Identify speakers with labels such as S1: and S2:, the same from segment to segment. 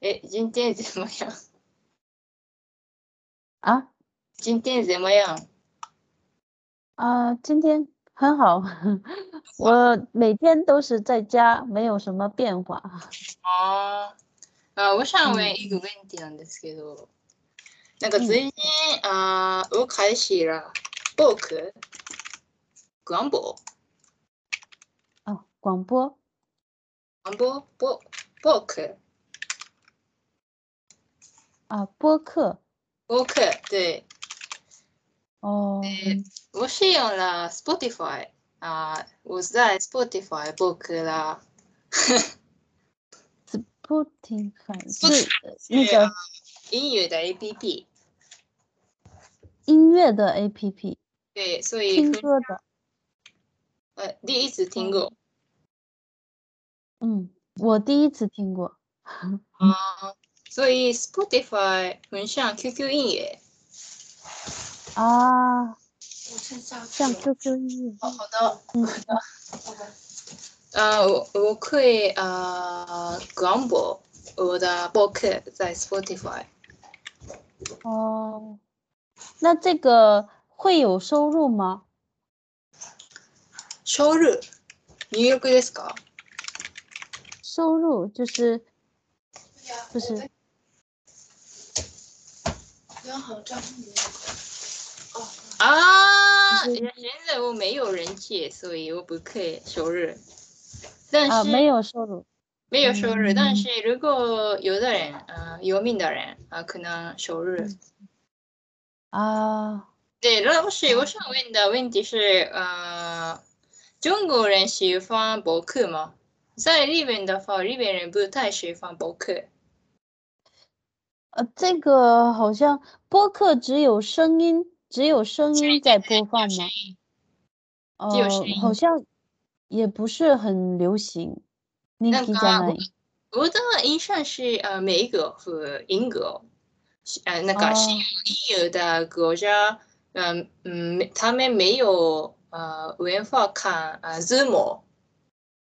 S1: え、人天ゼもやん。
S2: 啊
S1: 人天ゼもやん。
S2: 啊、今天很好， 我每天都是在家，没有什么变化。
S1: あーあ。我想问
S2: うん
S1: 一个问题なんですけど、なんか最近、あー我开始了 book 广播
S2: 哦，广播
S1: 广播 bo- book
S2: 啊，播客
S1: book 对，
S2: 哦，
S1: 对我是用了 Spotify 啊，我在 Spotify book 了
S2: Spotify
S1: 是
S2: 是呃那个
S1: 音乐的 APP，
S2: 音乐的 APP，
S1: 对，所以
S2: 听
S1: 很
S2: 歌的。
S1: 呃第一次听过。
S2: 嗯，我第一次听过。
S1: 啊，所以 Spotify 很像 QQ 音乐。
S2: 啊，
S1: 我身上
S2: 像 QQ 音乐。
S1: 哦，好的，
S2: 嗯
S1: 好的。呃，我我可以呃广播我的播客在 Spotify。
S2: 哦，那这个会有收入吗？
S1: 收入入力ですか？
S2: 收入就是
S1: 哦
S2: 就是
S1: 啊，
S2: 就是
S1: 因为现在我没有人气，所以我不可以收入。但是、
S2: 啊，没有收入。
S1: 没有收入，
S2: 嗯
S1: 但是如果有的人，呃，有名的人，啊、可能收入。
S2: 啊，
S1: 对，老师，我想问的问题是，呃，中国人喜欢博客吗？在日本的话，日本人不太喜欢博客。
S2: 呃，这个好像播客只有声音，只有声音在播放吗？哦
S1: 只有声，音
S2: 好像也不是很流行。你
S1: 那
S2: 提
S1: 个
S2: 在哪里？
S1: 啊我的印象是，呃，美国和英国，是呃，那
S2: 哦
S1: 个西欧的国家，嗯、嗯，他们没有呃文化看呃字幕。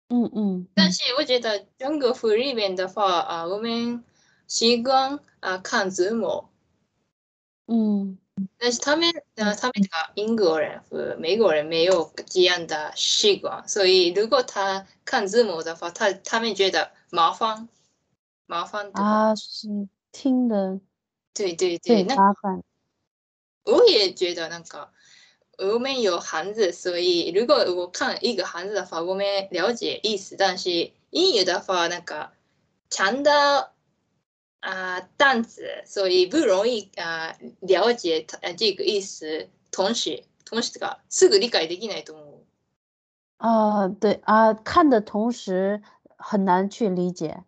S2: 嗯嗯，
S1: 但是我觉得中国和日本的话，啊、我们习惯啊看字幕。
S2: 嗯
S1: 但是他们，呃，他们那个英国人和美国人没有这样的习惯，所以如果他看字母的话，他他们觉得麻烦，麻烦的。
S2: 啊，是听的
S1: 对对对，
S2: 最
S1: 那
S2: 麻烦。
S1: 我也觉得那个我们有汉字，所以如果我看一个汉字的话，我们了解意思，但是英语的话，那个强调啊单词，所以不容易啊、了解它呃这个意思，同时同时这个すぐ理解できないと思う。
S2: 啊，对啊，看的同时很难去理解。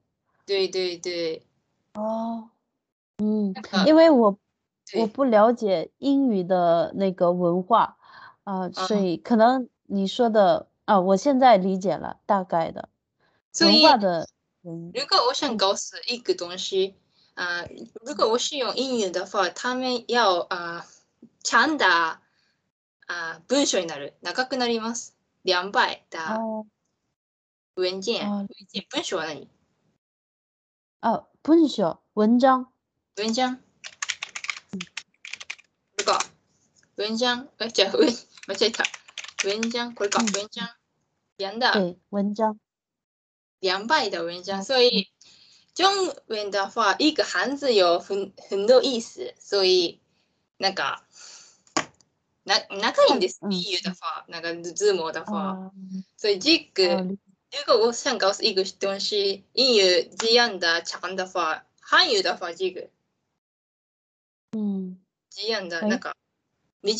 S1: 对对对，
S2: 哦，嗯，
S1: 那个
S2: 因为我
S1: 对
S2: 我不了解英语的那个文化，啊、所
S1: 嗯
S2: 以可能你说的啊、我现在理解了大概的
S1: 所
S2: 文
S1: 以
S2: 化的人
S1: 如果我想告诉一个东西，啊、如果我是用英语的话，他们要啊、长的啊、文章になる、長くなります。两倍的
S2: 哦
S1: 文件，
S2: 哦
S1: 文件文章は何？
S2: 哦，文章文章
S1: 文章？これか。文章？え、違う、文間違えた。文章、これか、
S2: うん
S1: 文章。两だ。
S2: 对文章
S1: 两倍的文章，所以中文的话，一个汉字有很很多意思，所以那个那仲いいんです。
S2: 嗯
S1: 英语的话，那个字母的话，
S2: 啊、
S1: 所以这个
S2: 哦理
S1: 如果我想告诉一个东西，英语这样的长的话，汉语的话这个
S2: 嗯
S1: 这样的
S2: 哎
S1: 那个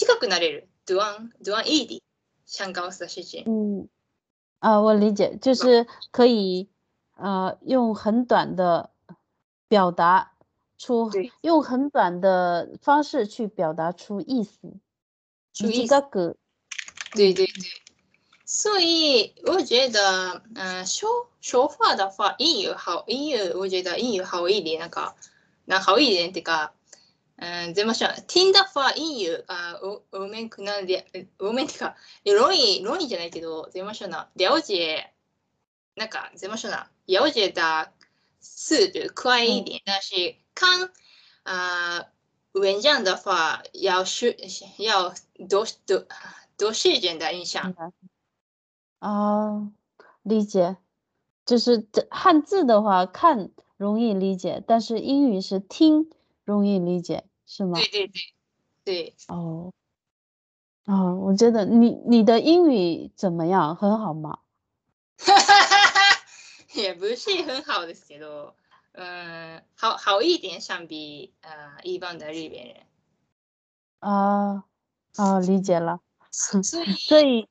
S1: 短くなれる。短短一点，想告诉的事情。
S2: 嗯啊、我理解，就是可以呃用很短的表达出
S1: 对，
S2: 用很短的方式去表达出意思。
S1: 注
S2: 短
S1: 意。
S2: く
S1: 对对对，所以我觉得，嗯、说说话的话，英语好，英语我觉得英语好一点，那个，那好一点，这个，嗯、怎么说？听的话，英语啊、我我们可能了，我们这个容易容易じゃないけど、怎么说呢？了解，那个怎么说呢？了解的速度快一点，但是看啊、文章的话要是要多多多时间的影
S2: 嗯
S1: 响。
S2: 哦，理解，就是这汉字的话看容易理解，但是英语是听容易理解，是吗
S1: 对？对对对，
S2: 哦，哦，我觉得你你的英语怎么样？很好吗？
S1: 也不是很好的けど，嗯，好好一点相比呃一般的日本人。
S2: 啊，啊，理解了。
S1: 所以
S2: 所以，嗯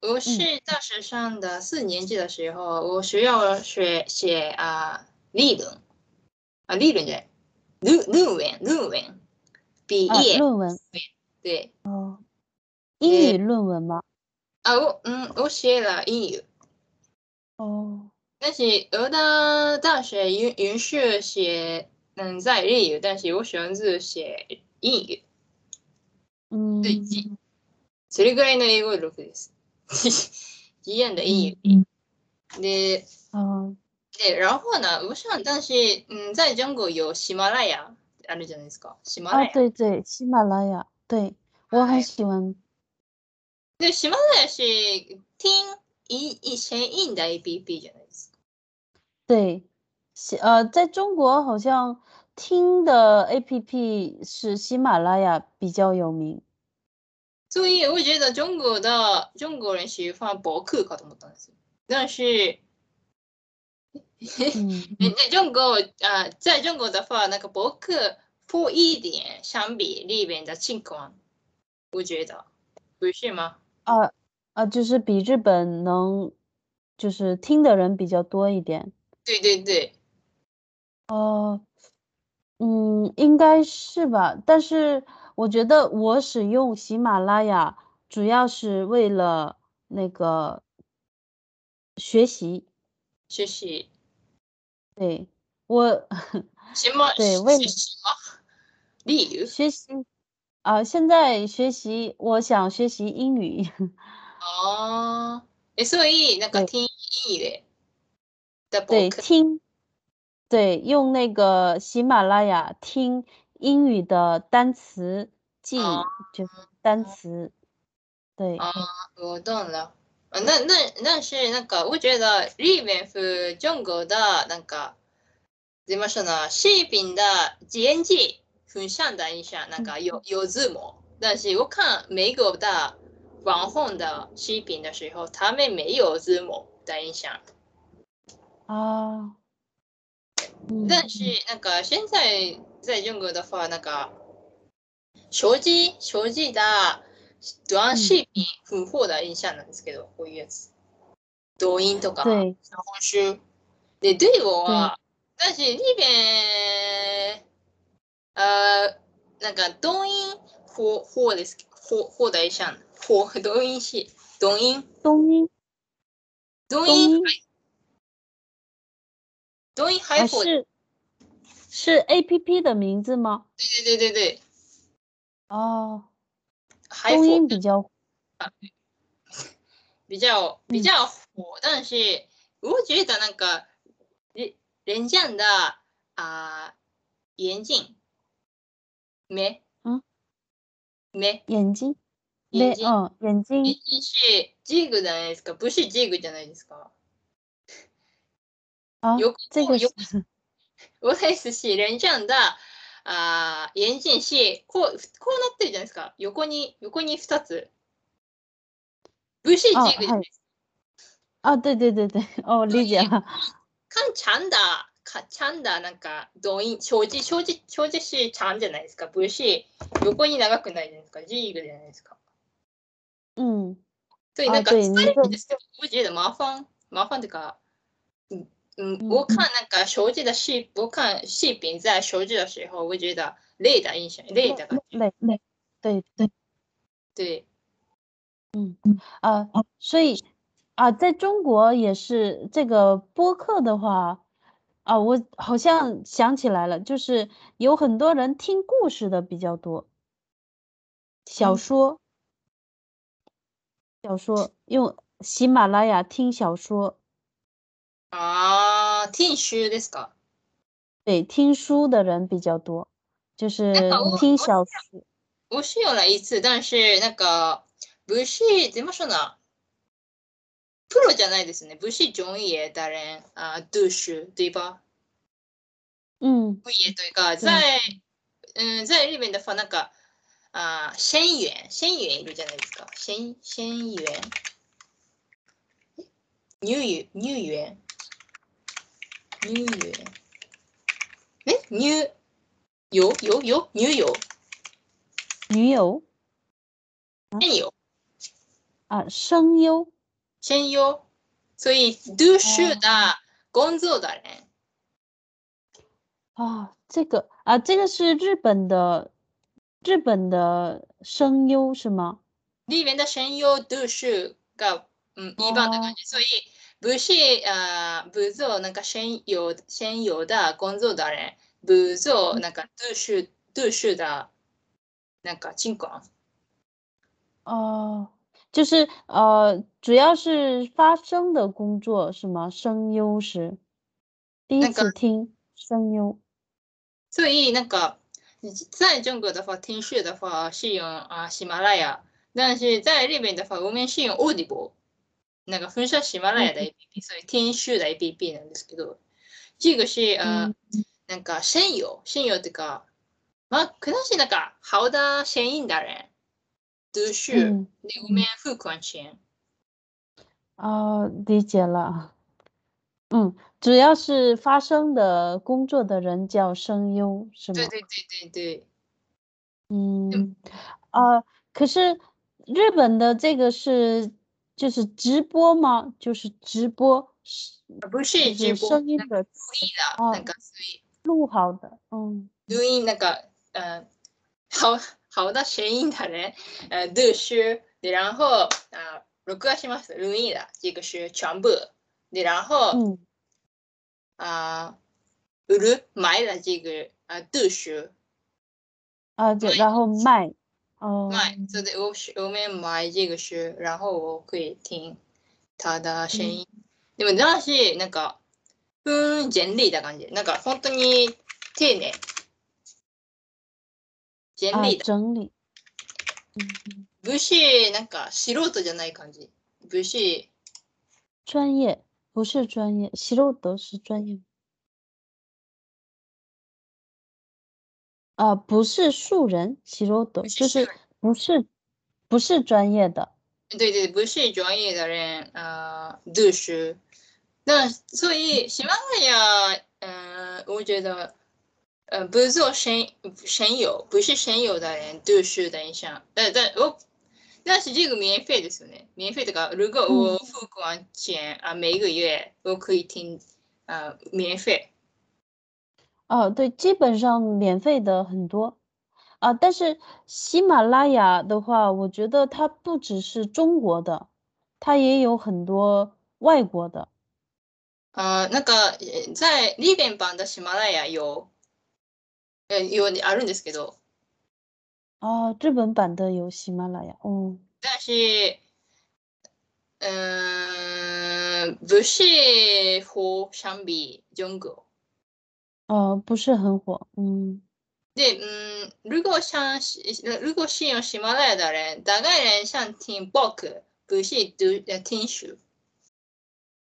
S1: 我是大学上的四年级的时候，我需要学写啊、理论，啊理论对，论论文论文，毕
S2: 啊，
S1: 业、
S2: 论文，
S1: 对
S2: 哦，英语论文吗？
S1: 啊我嗯我写了英语，
S2: 哦，
S1: 但是我的大学允允许写嗯在日语，但是我选择写英语，
S2: 嗯，
S1: 对一それぐらいの英語力です。 一样的英语。
S2: 嗯，
S1: で
S2: 哦，
S1: 对，然后呢，我想，但是，嗯，在中国有喜马拉雅，あるじゃないですか。喜马拉
S2: 啊，
S1: 雅。
S2: 对对，喜马拉雅，对我
S1: 哎
S2: 很喜欢。
S1: で、喜馬拉雅是听一一声音的 APP じゃないですか。
S2: 对，喜呃，在中国好像听的 APP 是喜马拉雅比较 有名。
S1: 所以我觉得中国的中国人喜欢博客かと思ったんですよ。但是，，
S2: 嗯
S1: 那中国啊、在中国的话，那个博客多一点，相比日本的情况，我觉得不是吗？
S2: 啊啊，就是比日本能，就是听的人比较多一点。
S1: 对对对，
S2: 哦，嗯，应该是吧。但是我觉得我使用喜马拉雅主要是为了那个学习。
S1: 学习
S2: 对，我
S1: 什么？
S2: 对为了
S1: 是什么理由？
S2: 学习啊、现在学习，我想学习英语。
S1: 哦，え、所以なんか
S2: 对
S1: 听音乐的博
S2: 对，
S1: 客，
S2: 听，对，用那个喜马拉雅听英语的单词记忆，
S1: 哦
S2: 就是单词。对，
S1: 哦我懂了。啊那那那是なんか我觉得日本和中国的なんか怎么说呢？视频的剪辑很像的一下，那个有有字幕，但是我看美国的网红的视频的时候，他们没有字幕的印象。
S2: 啊，嗯
S1: 但是那个现在在中国的话，那个手机手机的短视频很火的印象なんですけど、こういうやつ。抖音とか、
S2: 啊对
S1: 小红书。で、对我は、但是日本、呃、なんか抖音火火です、火火的印象。火、抖音是、抖音、
S2: 东音
S1: 抖
S2: 东
S1: 音
S2: 音，
S1: 抖音
S2: 啊
S1: 还火。对
S2: 是是 A P P 的名字吗？
S1: 对对对对，
S2: 哦，
S1: 还
S2: 东
S1: 火
S2: 音。比较
S1: 比较比
S2: 嗯
S1: 较火，但是我觉得那个人人家的啊、眼镜没
S2: 嗯
S1: 没
S2: 眼睛，
S1: 眼
S2: 没
S1: 睛
S2: 嗯眼
S1: 眼
S2: 睛
S1: 镜是ジグじゃないですか，不是ジグじゃないですか。
S2: 啊
S1: 有
S2: 这个
S1: 有
S2: 是
S1: 我的意思是人家的啊、眼镜是こうこうなってるじゃないですか。横に横に二つ。不是ジ
S2: 哦
S1: グじゃない
S2: 还啊对对对对哦理解了
S1: 看长的，看长的那个抖音表示表示表示是长じゃないですか？不是横に長くないじゃないですか？ジーグじゃないですか？
S2: 嗯
S1: 对，
S2: 啊
S1: なんか
S2: 对
S1: 疲
S2: 你
S1: れ
S2: 这
S1: るんですよ。我觉得麻烦麻烦这个，嗯嗯，
S2: 嗯
S1: 我看那个手机的视，我看视频在手机的时候，我觉得累的印象，累的感觉。
S2: 累累对对。
S1: 对，哦
S2: 啊，所以啊，在中国也是这个播客的话，啊，我好像想起来了，就是有很多人听故事的比较多，小
S1: 嗯
S2: 说，小说用喜马拉雅听小说，
S1: ああー、听书ですか
S2: 对，听书的人比较多，就是
S1: 那哎我
S2: 听
S1: 我
S2: 小说。
S1: 我是有了一次，但是那个不是怎么说呢？プロじゃないですね。不是专业的人啊，读书对吧？
S2: 嗯，
S1: 不也对か？在嗯，在日本的话，那个啊，仙源，仙源いるじゃないですか。仙仙源，入園入園入園え入有有有入有
S2: 女友
S1: 仙有
S2: 啊，声优
S1: 仙有，所以读书的工作的人。
S2: 啊，这个啊，这个是日本的，日本的声优是吗？
S1: 里面的声优都是が、嗯，一般
S2: 哦
S1: 的感觉，所以不是呃，不做那个声优声优的工作的人，不做那个都是都是的，那个情况。
S2: 哦，就是呃，主要是发声的工作是吗？声优是，第一
S1: 那个
S2: 次听声优
S1: 所以那个在中国的话，听说的话是用啊喜马拉雅，但是在日本的话，我们是用 Audible，那个分享喜马拉雅的 APP，所以听说的 APP なんですけど、这个是呃
S2: 嗯。
S1: なんか、専用、専用っていうか、まあ、くなしなんか、好的声音的人，读书，
S2: 嗯
S1: 我们付款钱。
S2: 哦，理解了。嗯，主要是发声的工作的人叫声优，是吗
S1: 对？对对对对，
S2: 嗯，呃，可是日本的这个是就是直播吗？就是直播是
S1: 不
S2: 就是
S1: 直
S2: 是
S1: 播，
S2: 声音
S1: なんか
S2: 的
S1: 录音的，
S2: 哦
S1: なんかそうい
S2: 录好的，嗯
S1: う录音なんか、呃，好好的声音的人，呃，读书，で然后啊，録画します。录音的，这个是全部。で然后
S2: 嗯
S1: 啊，売る买的这个啊，读书。
S2: 啊，就然后卖哦，
S1: 卖，所以我是我们买这个书，然后我会听他的声音。でも男子なんか、うーん、全力だ感じ。なんか本当に丁寧。全
S2: 啊，
S1: 力だ。
S2: 整理，嗯，
S1: 武士なんか素人じゃない感じ。武士
S2: 专业不是专业，西肉德是专业吗，啊，不是素人，西肉德
S1: 不是
S2: 就
S1: 素
S2: 是
S1: 人
S2: 不是不是专业的，
S1: 对对，不是专业的人啊、呃，读书。那所以喜马拉雅，嗯、我觉得，呃，不做神神友，不是神友的人读书的影响。但但我，但是这个免费的是呢，免费的个，如果我付款钱啊、每个月我可以听，啊、免费。
S2: 哦，对，基本上免费的很多啊，但是喜马拉雅的话，我觉得它不只是中国的，它也有很多外国的。
S1: 啊、なんかえ在リベン版的喜马拉雅有，呃，有あるんですけど。
S2: 哦，日本版的有喜马拉雅，哦，
S1: 但是，嗯，不是和相比中国。
S2: 哦，不是很火，嗯，
S1: 对，嗯，如果想是如果是用喜马拉雅的人，大概人想听 book，不是读呃听书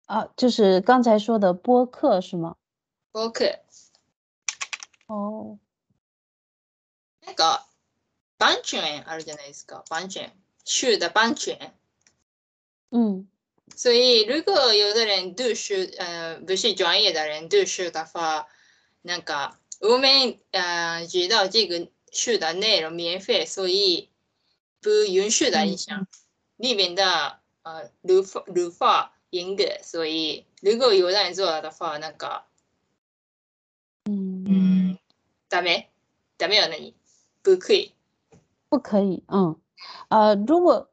S2: 啊，就是刚才说的播客是吗？
S1: book。
S2: 哦，
S1: なんか版权あるじゃないですか。版权，书的版权。
S2: 嗯，
S1: 所以如果有的人读书，呃，不是专业的人读书的话，那个我们呃知道这个书的内容免费，所以不允许的影响里面的呃如法如法严格，所以如果有的人做了的话，那个嗯，ダメダメよね不可以。
S2: 不可以，嗯，呃，如果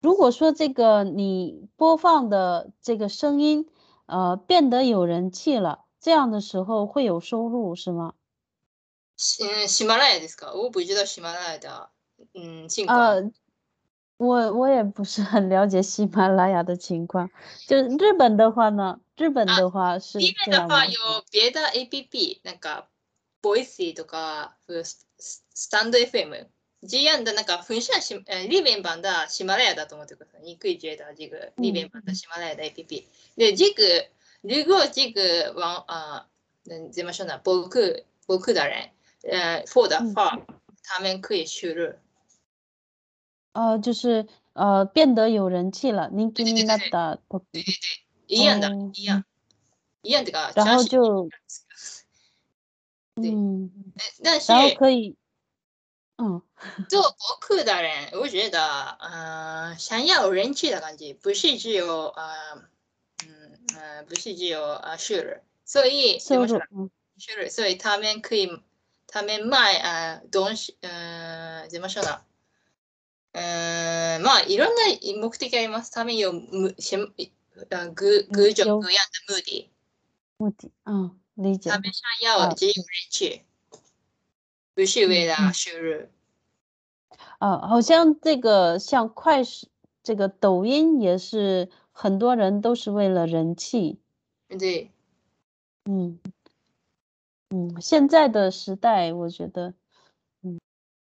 S2: 如果说这个你播放的这个声音，呃，变得有人气了，这样的时候会有收入是吗？
S1: 嗯，喜马拉雅ですか？我不知道喜马拉雅的嗯情况。
S2: 呃，我我也不是很了解喜马拉雅的情况，就是日本的话呢，日本的话是
S1: 日
S2: 这
S1: 本啊的
S2: 样
S1: 话
S2: 吗
S1: 有别的 APP，なんか、ボイシーとか、ふススタンド FM。GN 的那个分社し、えー、リベン版だ、シマラヤだと思ってください。にくい觉得这个リベン版だ、シマラヤだ APP。で、这个、如果这个网、啊、嗯怎么说呢？僕、僕的人、呃、for the
S2: 嗯
S1: far，他们可以输入。
S2: 呃，就是呃变得有人气了，您给
S1: 对
S2: 你
S1: 对
S2: 那
S1: 对
S2: 的不，
S1: 一样的
S2: 哦，
S1: 一样。一样这个，
S2: 然后
S1: 全是一
S2: 就
S1: 样的对
S2: 嗯，
S1: 但是
S2: 然后可以，嗯
S1: 做博客的人，我觉得，嗯、想要有人气的感觉，不是只有呃，嗯呃，不是只有呃收入，所以怎
S2: 收
S1: 么说
S2: 入
S1: 呢？
S2: 嗯
S1: 收入，所以他们可以，他们卖呃东西，呃，怎么说呢？うんまあいろんな目的あります。ためよ、むしあぐ
S2: 嗯
S1: ぐじょ
S2: 有
S1: ぐやんだムーディ。
S2: 嗯理解
S1: 他
S2: 了，
S1: 们想要
S2: 啊
S1: 自由人气，不是为了
S2: 嗯
S1: 收入。
S2: 啊，好像这个像快手这个抖音也是很多人都是为了人气，
S1: 对，
S2: 嗯。嗯，现在的时代，我觉得，嗯，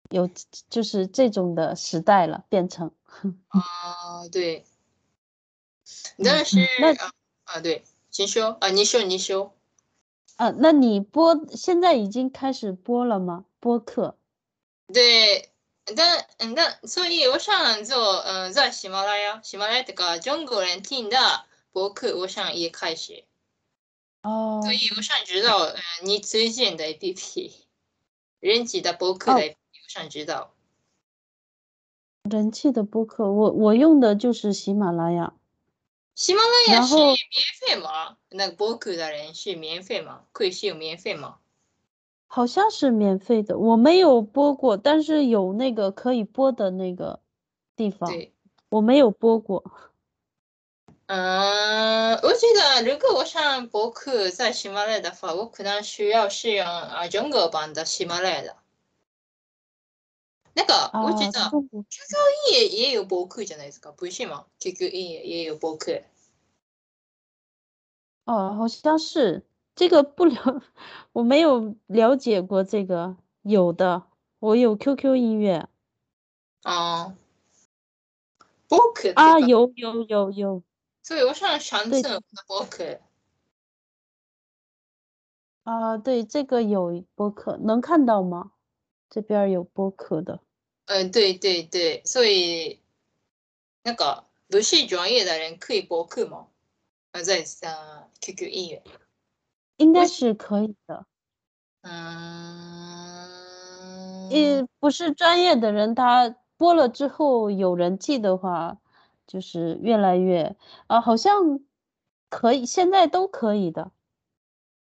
S2: 有就是这种的时代了，变成，
S1: 啊、对，
S2: 嗯，
S1: 但是
S2: 那
S1: 啊啊，对，请说啊，你说你说，
S2: 啊，那你播现在已经开始播了吗？播客，
S1: 对，但嗯但所以我想做嗯在喜马拉雅，喜马拉雅这个中国人听的博客，我想也开始，所
S2: 哦
S1: 以我想知道嗯你推荐的 APP，人气的博客的
S2: 哦，
S1: APP，我想知道。
S2: 人气的播客，我我用的就是喜马拉雅，
S1: 喜马拉雅
S2: 然
S1: 是
S2: 后
S1: 免费吗？那个博客的人是免费吗？可以是有免费吗？
S2: 好像是免费的，我没有播过，但是有那个可以播的那个地方，
S1: 对。
S2: 我没有播过，
S1: 嗯，我觉得如果我想博客在喜马拉雅的话，我可能需要使用啊中国版的喜马拉雅的。那个我觉
S2: 啊，
S1: 得
S2: 中国，
S1: QQ 也也有博客じゃないですか？不是吗？QQ 也也有博客。
S2: 哦，好像是这个不了，我没有了解过这个。有的，我有 QQ 音乐
S1: 啊，博客っていう
S2: 啊，
S1: か、
S2: 有有有有，
S1: 所以我想上
S2: 对
S1: 次我的博客。
S2: 啊，对，这个有播客，能看到吗？这边儿有播客的。
S1: 嗯，对对对，所以那个不是专业的人可以博客吗？呃，在啊 QQ 音乐，
S2: 应
S1: 我
S2: 该
S1: 想
S2: 是可以的，
S1: 嗯。
S2: 也呃不是专业的人，他播了之后有人气的话，就是越来越啊，好像可以，现在都可以的。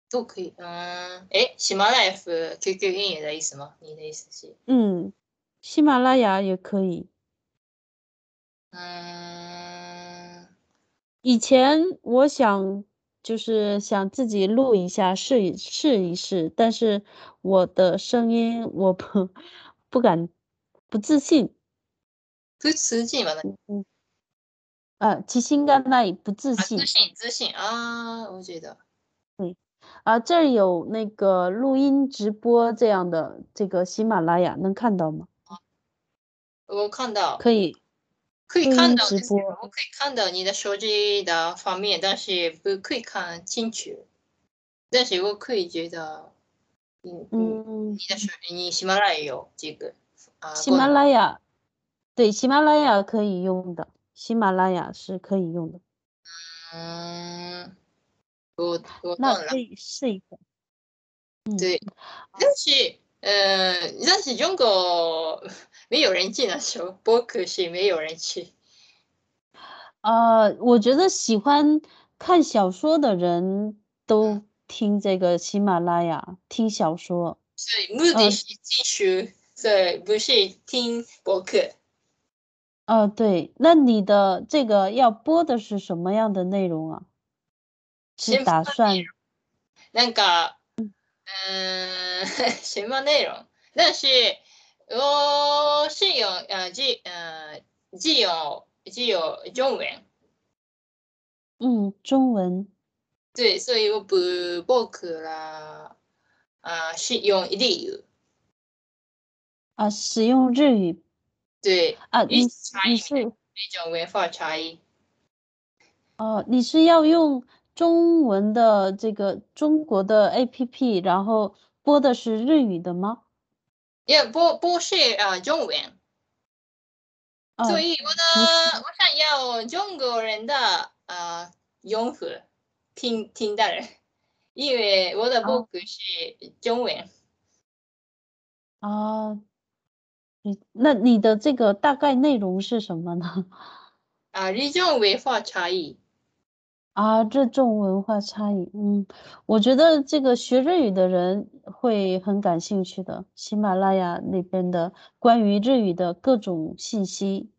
S1: 都可以，嗯，哎，喜马拉雅 QQ 音乐的意思吗？你的意思是，
S2: 嗯，喜马拉雅也可以。
S1: 嗯，
S2: 以前我想就是想自己录一下，试一试一试，但是我的声音我 不不敢，不自信。
S1: 不自信吧？那
S2: 嗯嗯，啊，其心肝那里不自
S1: 啊，自
S2: 信。
S1: 信，自信啊，我觉得，
S2: 对，啊，这儿有那个录音直播这样的，这个喜马拉雅能看到吗？
S1: 我看到
S2: 可以
S1: 可以
S2: 录
S1: 看
S2: 音
S1: 到
S2: 直
S1: ですよ，
S2: 播。
S1: 我可以看到你的手机的方面，但是不可以看清楚，但是我可以觉得，嗯嗯，
S2: 嗯，
S1: 你的手，你喜马拉雅有这个啊
S2: 喜
S1: 功
S2: 马
S1: 能，
S2: 拉雅，对，喜马拉雅可以用的，喜马拉雅是可以用的，
S1: 嗯，我我
S2: 那
S1: 懂
S2: 可
S1: 了。
S2: 以试一下。嗯。
S1: 对，但是，呃，但是中国没有人气的时候，播客是没有人气。
S2: 呃，我觉得喜欢看小说的人
S1: 嗯，
S2: 都听这个喜马拉雅听小说。
S1: 所以目的
S2: 呃
S1: 是技术，所以不是听播客。
S2: 呃，对，那你的这个要播的是什么样的内容啊？是
S1: 新闻
S2: 打算
S1: なんか、うーん、新闻内容。但是，我是用呃，G 呃只有只有中文。
S2: 嗯，中文，
S1: 对，所以我不僕ら啊是用日语，
S2: 啊，使用日语
S1: 对，
S2: 啊，
S1: 语
S2: 你
S1: 差
S2: 你
S1: 异
S2: 是
S1: 那种文化差异。
S2: 哦，你是要用中文的这个中国的 APP，然后播的是日语的吗？
S1: 也不不是啊中文，
S2: 啊，
S1: 所以我呢，我想要中国人的啊用户听听的人，因为我的
S2: 哦
S1: book 是中文。
S2: 啊，你那你的这个大概内容是什么呢？
S1: 啊，日中文化差异，
S2: 啊，这种文化差异，嗯，我觉得这个学日语的人会很感兴趣的，喜马拉雅那边的关于日语的各种信息。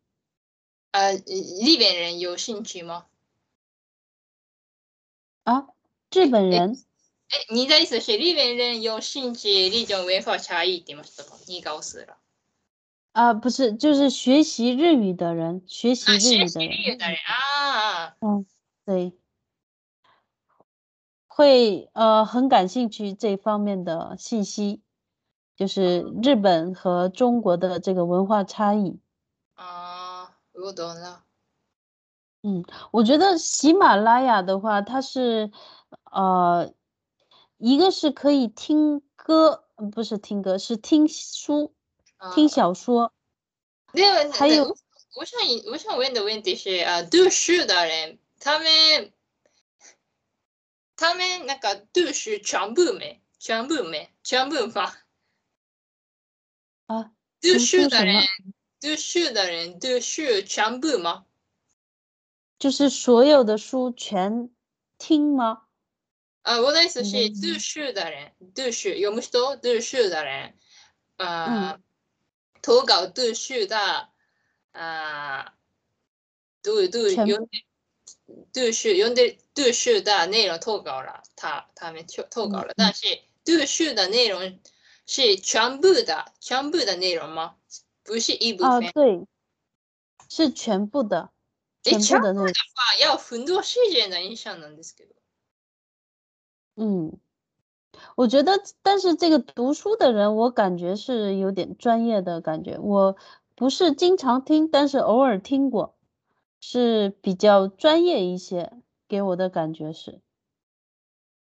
S1: 啊，日本人有兴趣吗？
S2: 啊，日本
S1: 诶
S2: 人
S1: え、你的意思是日本人有兴趣日中文化差异って言いましたか你告诉了。
S2: 啊，不是，就是学习日语的人，学习
S1: 啊，
S2: 日
S1: 学
S2: 语
S1: 习
S2: 的
S1: 日语
S2: 人，
S1: 的人啊，
S2: 对，会呃很感兴趣这方面的信息，就是
S1: 嗯
S2: 日本和中国的这个文化差异。
S1: 啊，我懂了。
S2: 我觉得喜马拉雅的话，它是呃，一个是可以听歌，嗯不是听歌，是听书、
S1: 啊，
S2: 听小说。
S1: でも、
S2: 还有
S1: で我想我想问的问题是啊，读书的人，他们他们那个读书全部没，全部没，全部吧。
S2: 啊，
S1: 读
S2: 读
S1: 书
S2: 书
S1: 的
S2: 什
S1: 人
S2: 么？，
S1: 读书的人，读书全部吗？
S2: 就是所有的书全听吗？
S1: 啊，我的意思是
S2: 嗯
S1: 读书的人，读书有没有读书的人？啊，投稿读书的啊，读读
S2: 全
S1: 読んで读书読んで读书的内容投稿了，他他们就投稿了
S2: 嗯，
S1: 但是读书的内容是全部的全部的内容吗？不是一部
S2: 啊，
S1: 分。
S2: 对，是全部的，
S1: 诶
S2: 全
S1: 全
S2: 部的内容。
S1: まあ、要很多时间的印象なんですけど。
S2: 嗯，我觉得，但是这个读书的人，我感觉是有点专业的感觉。我不是经常听，但是偶尔听过，是比较专业一些，给我的感觉是。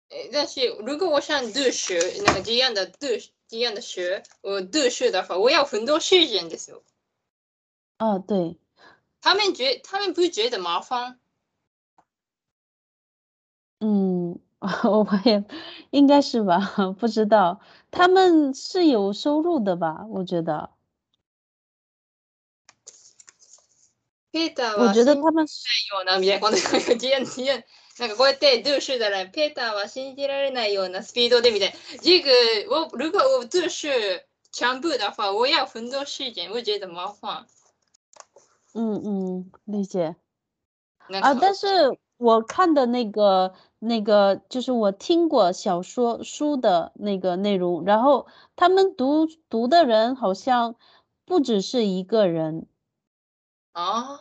S1: 诶但是如果我想读书，那个这样的读这样的学，我读书的话，我要很多时间ですよ。
S2: 啊，对，
S1: 他们觉他们不觉得麻烦？
S2: 嗯， 我也应该是吧，不知道他们是有收入的吧？我觉得，
S1: ペーター
S2: 我
S1: は
S2: 觉
S1: 信じな
S2: 得
S1: い
S2: 他们是
S1: ようなみたいな、こんな感じで、なんかこうやってドゥシュだら、ペーターは信じられないようなスピードでみたいな。ジグ、我如果我读书全部的话，我要很多时间，我觉得麻烦。
S2: 嗯嗯，理解。
S1: なん
S2: 啊，
S1: か
S2: 但是我看的那个那个，就是我听过小说书的那个内容，然后他们读读的人好像不只是一个人，
S1: ああ、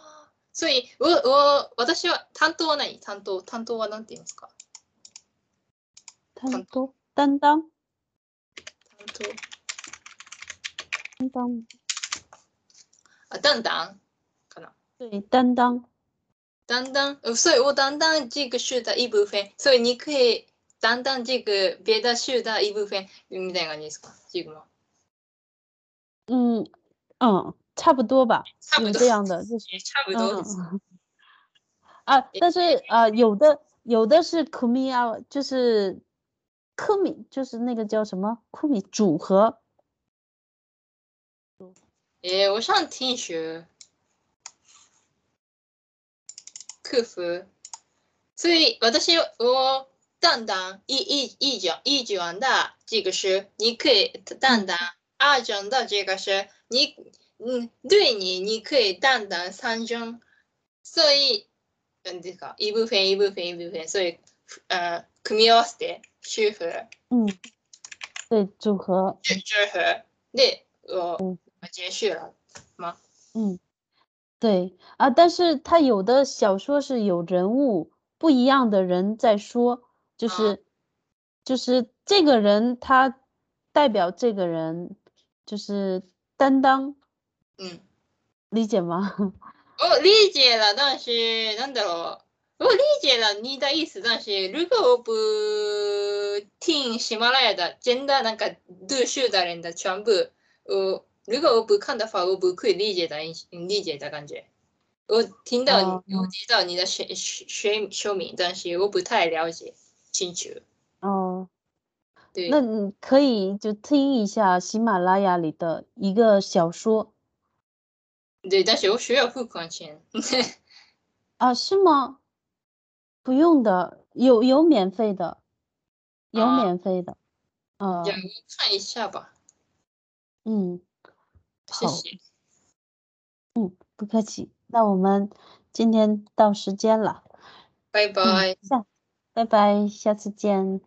S1: 所以我我私は担当は何担当担当は何て言うんですか
S2: 他
S1: 很
S2: 们都担当
S1: 担当
S2: 担当，
S1: あだんだんかな
S2: 对，担当
S1: だんだん呃所以我担当这个是的一部分，所以你可以担当这个别的是的一部分みたいな感じですか？这个吗？
S2: 嗯嗯，差不多吧，
S1: 差不
S2: 有
S1: 多
S2: 这样的，就是
S1: 也差不多
S2: 嗯
S1: です。
S2: 啊，但是啊，有的有的是 k u m i a 就是科米，就是那个叫什么 k u m i 组合。
S1: えー、我想听学克服，所以私我担当一一一卷一卷的这个是你可以担当二卷的这个是你嗯对你你可以担当三卷，所以嗯这个一部分一部分一部分，所以呃組み合わせて修复
S2: 嗯，对，组合，
S1: 折合で我结束了。
S2: 嗯，对啊，但是他有的小说是有人物不一样的人在说，就
S1: 啊
S2: 是就是这个人他代表这个人，就是担当，
S1: うん。
S2: 理解吗？
S1: お、理解了，但是なんだろう。我理解了你的意思，但是如果我不听喜马拉雅的，真的なんか读书的人的全部，我如果我不看的话，我不会理解的，理解的感觉。我听到
S2: 哦
S1: 我知道你的说说说明，但是我不太了解清楚。
S2: 哦，
S1: 对，
S2: 那你可以就听一下喜马拉雅里的一个小说
S1: 对，但是我需要付款钱。
S2: 啊，是吗？不用的，有有免费的，有
S1: 啊
S2: 免费的，啊
S1: 这，样看一下吧，
S2: 嗯，
S1: 谢
S2: 好
S1: 谢。
S2: 不客气。那我们今天到时间了，
S1: 拜拜。
S2: 下，拜拜，下次见。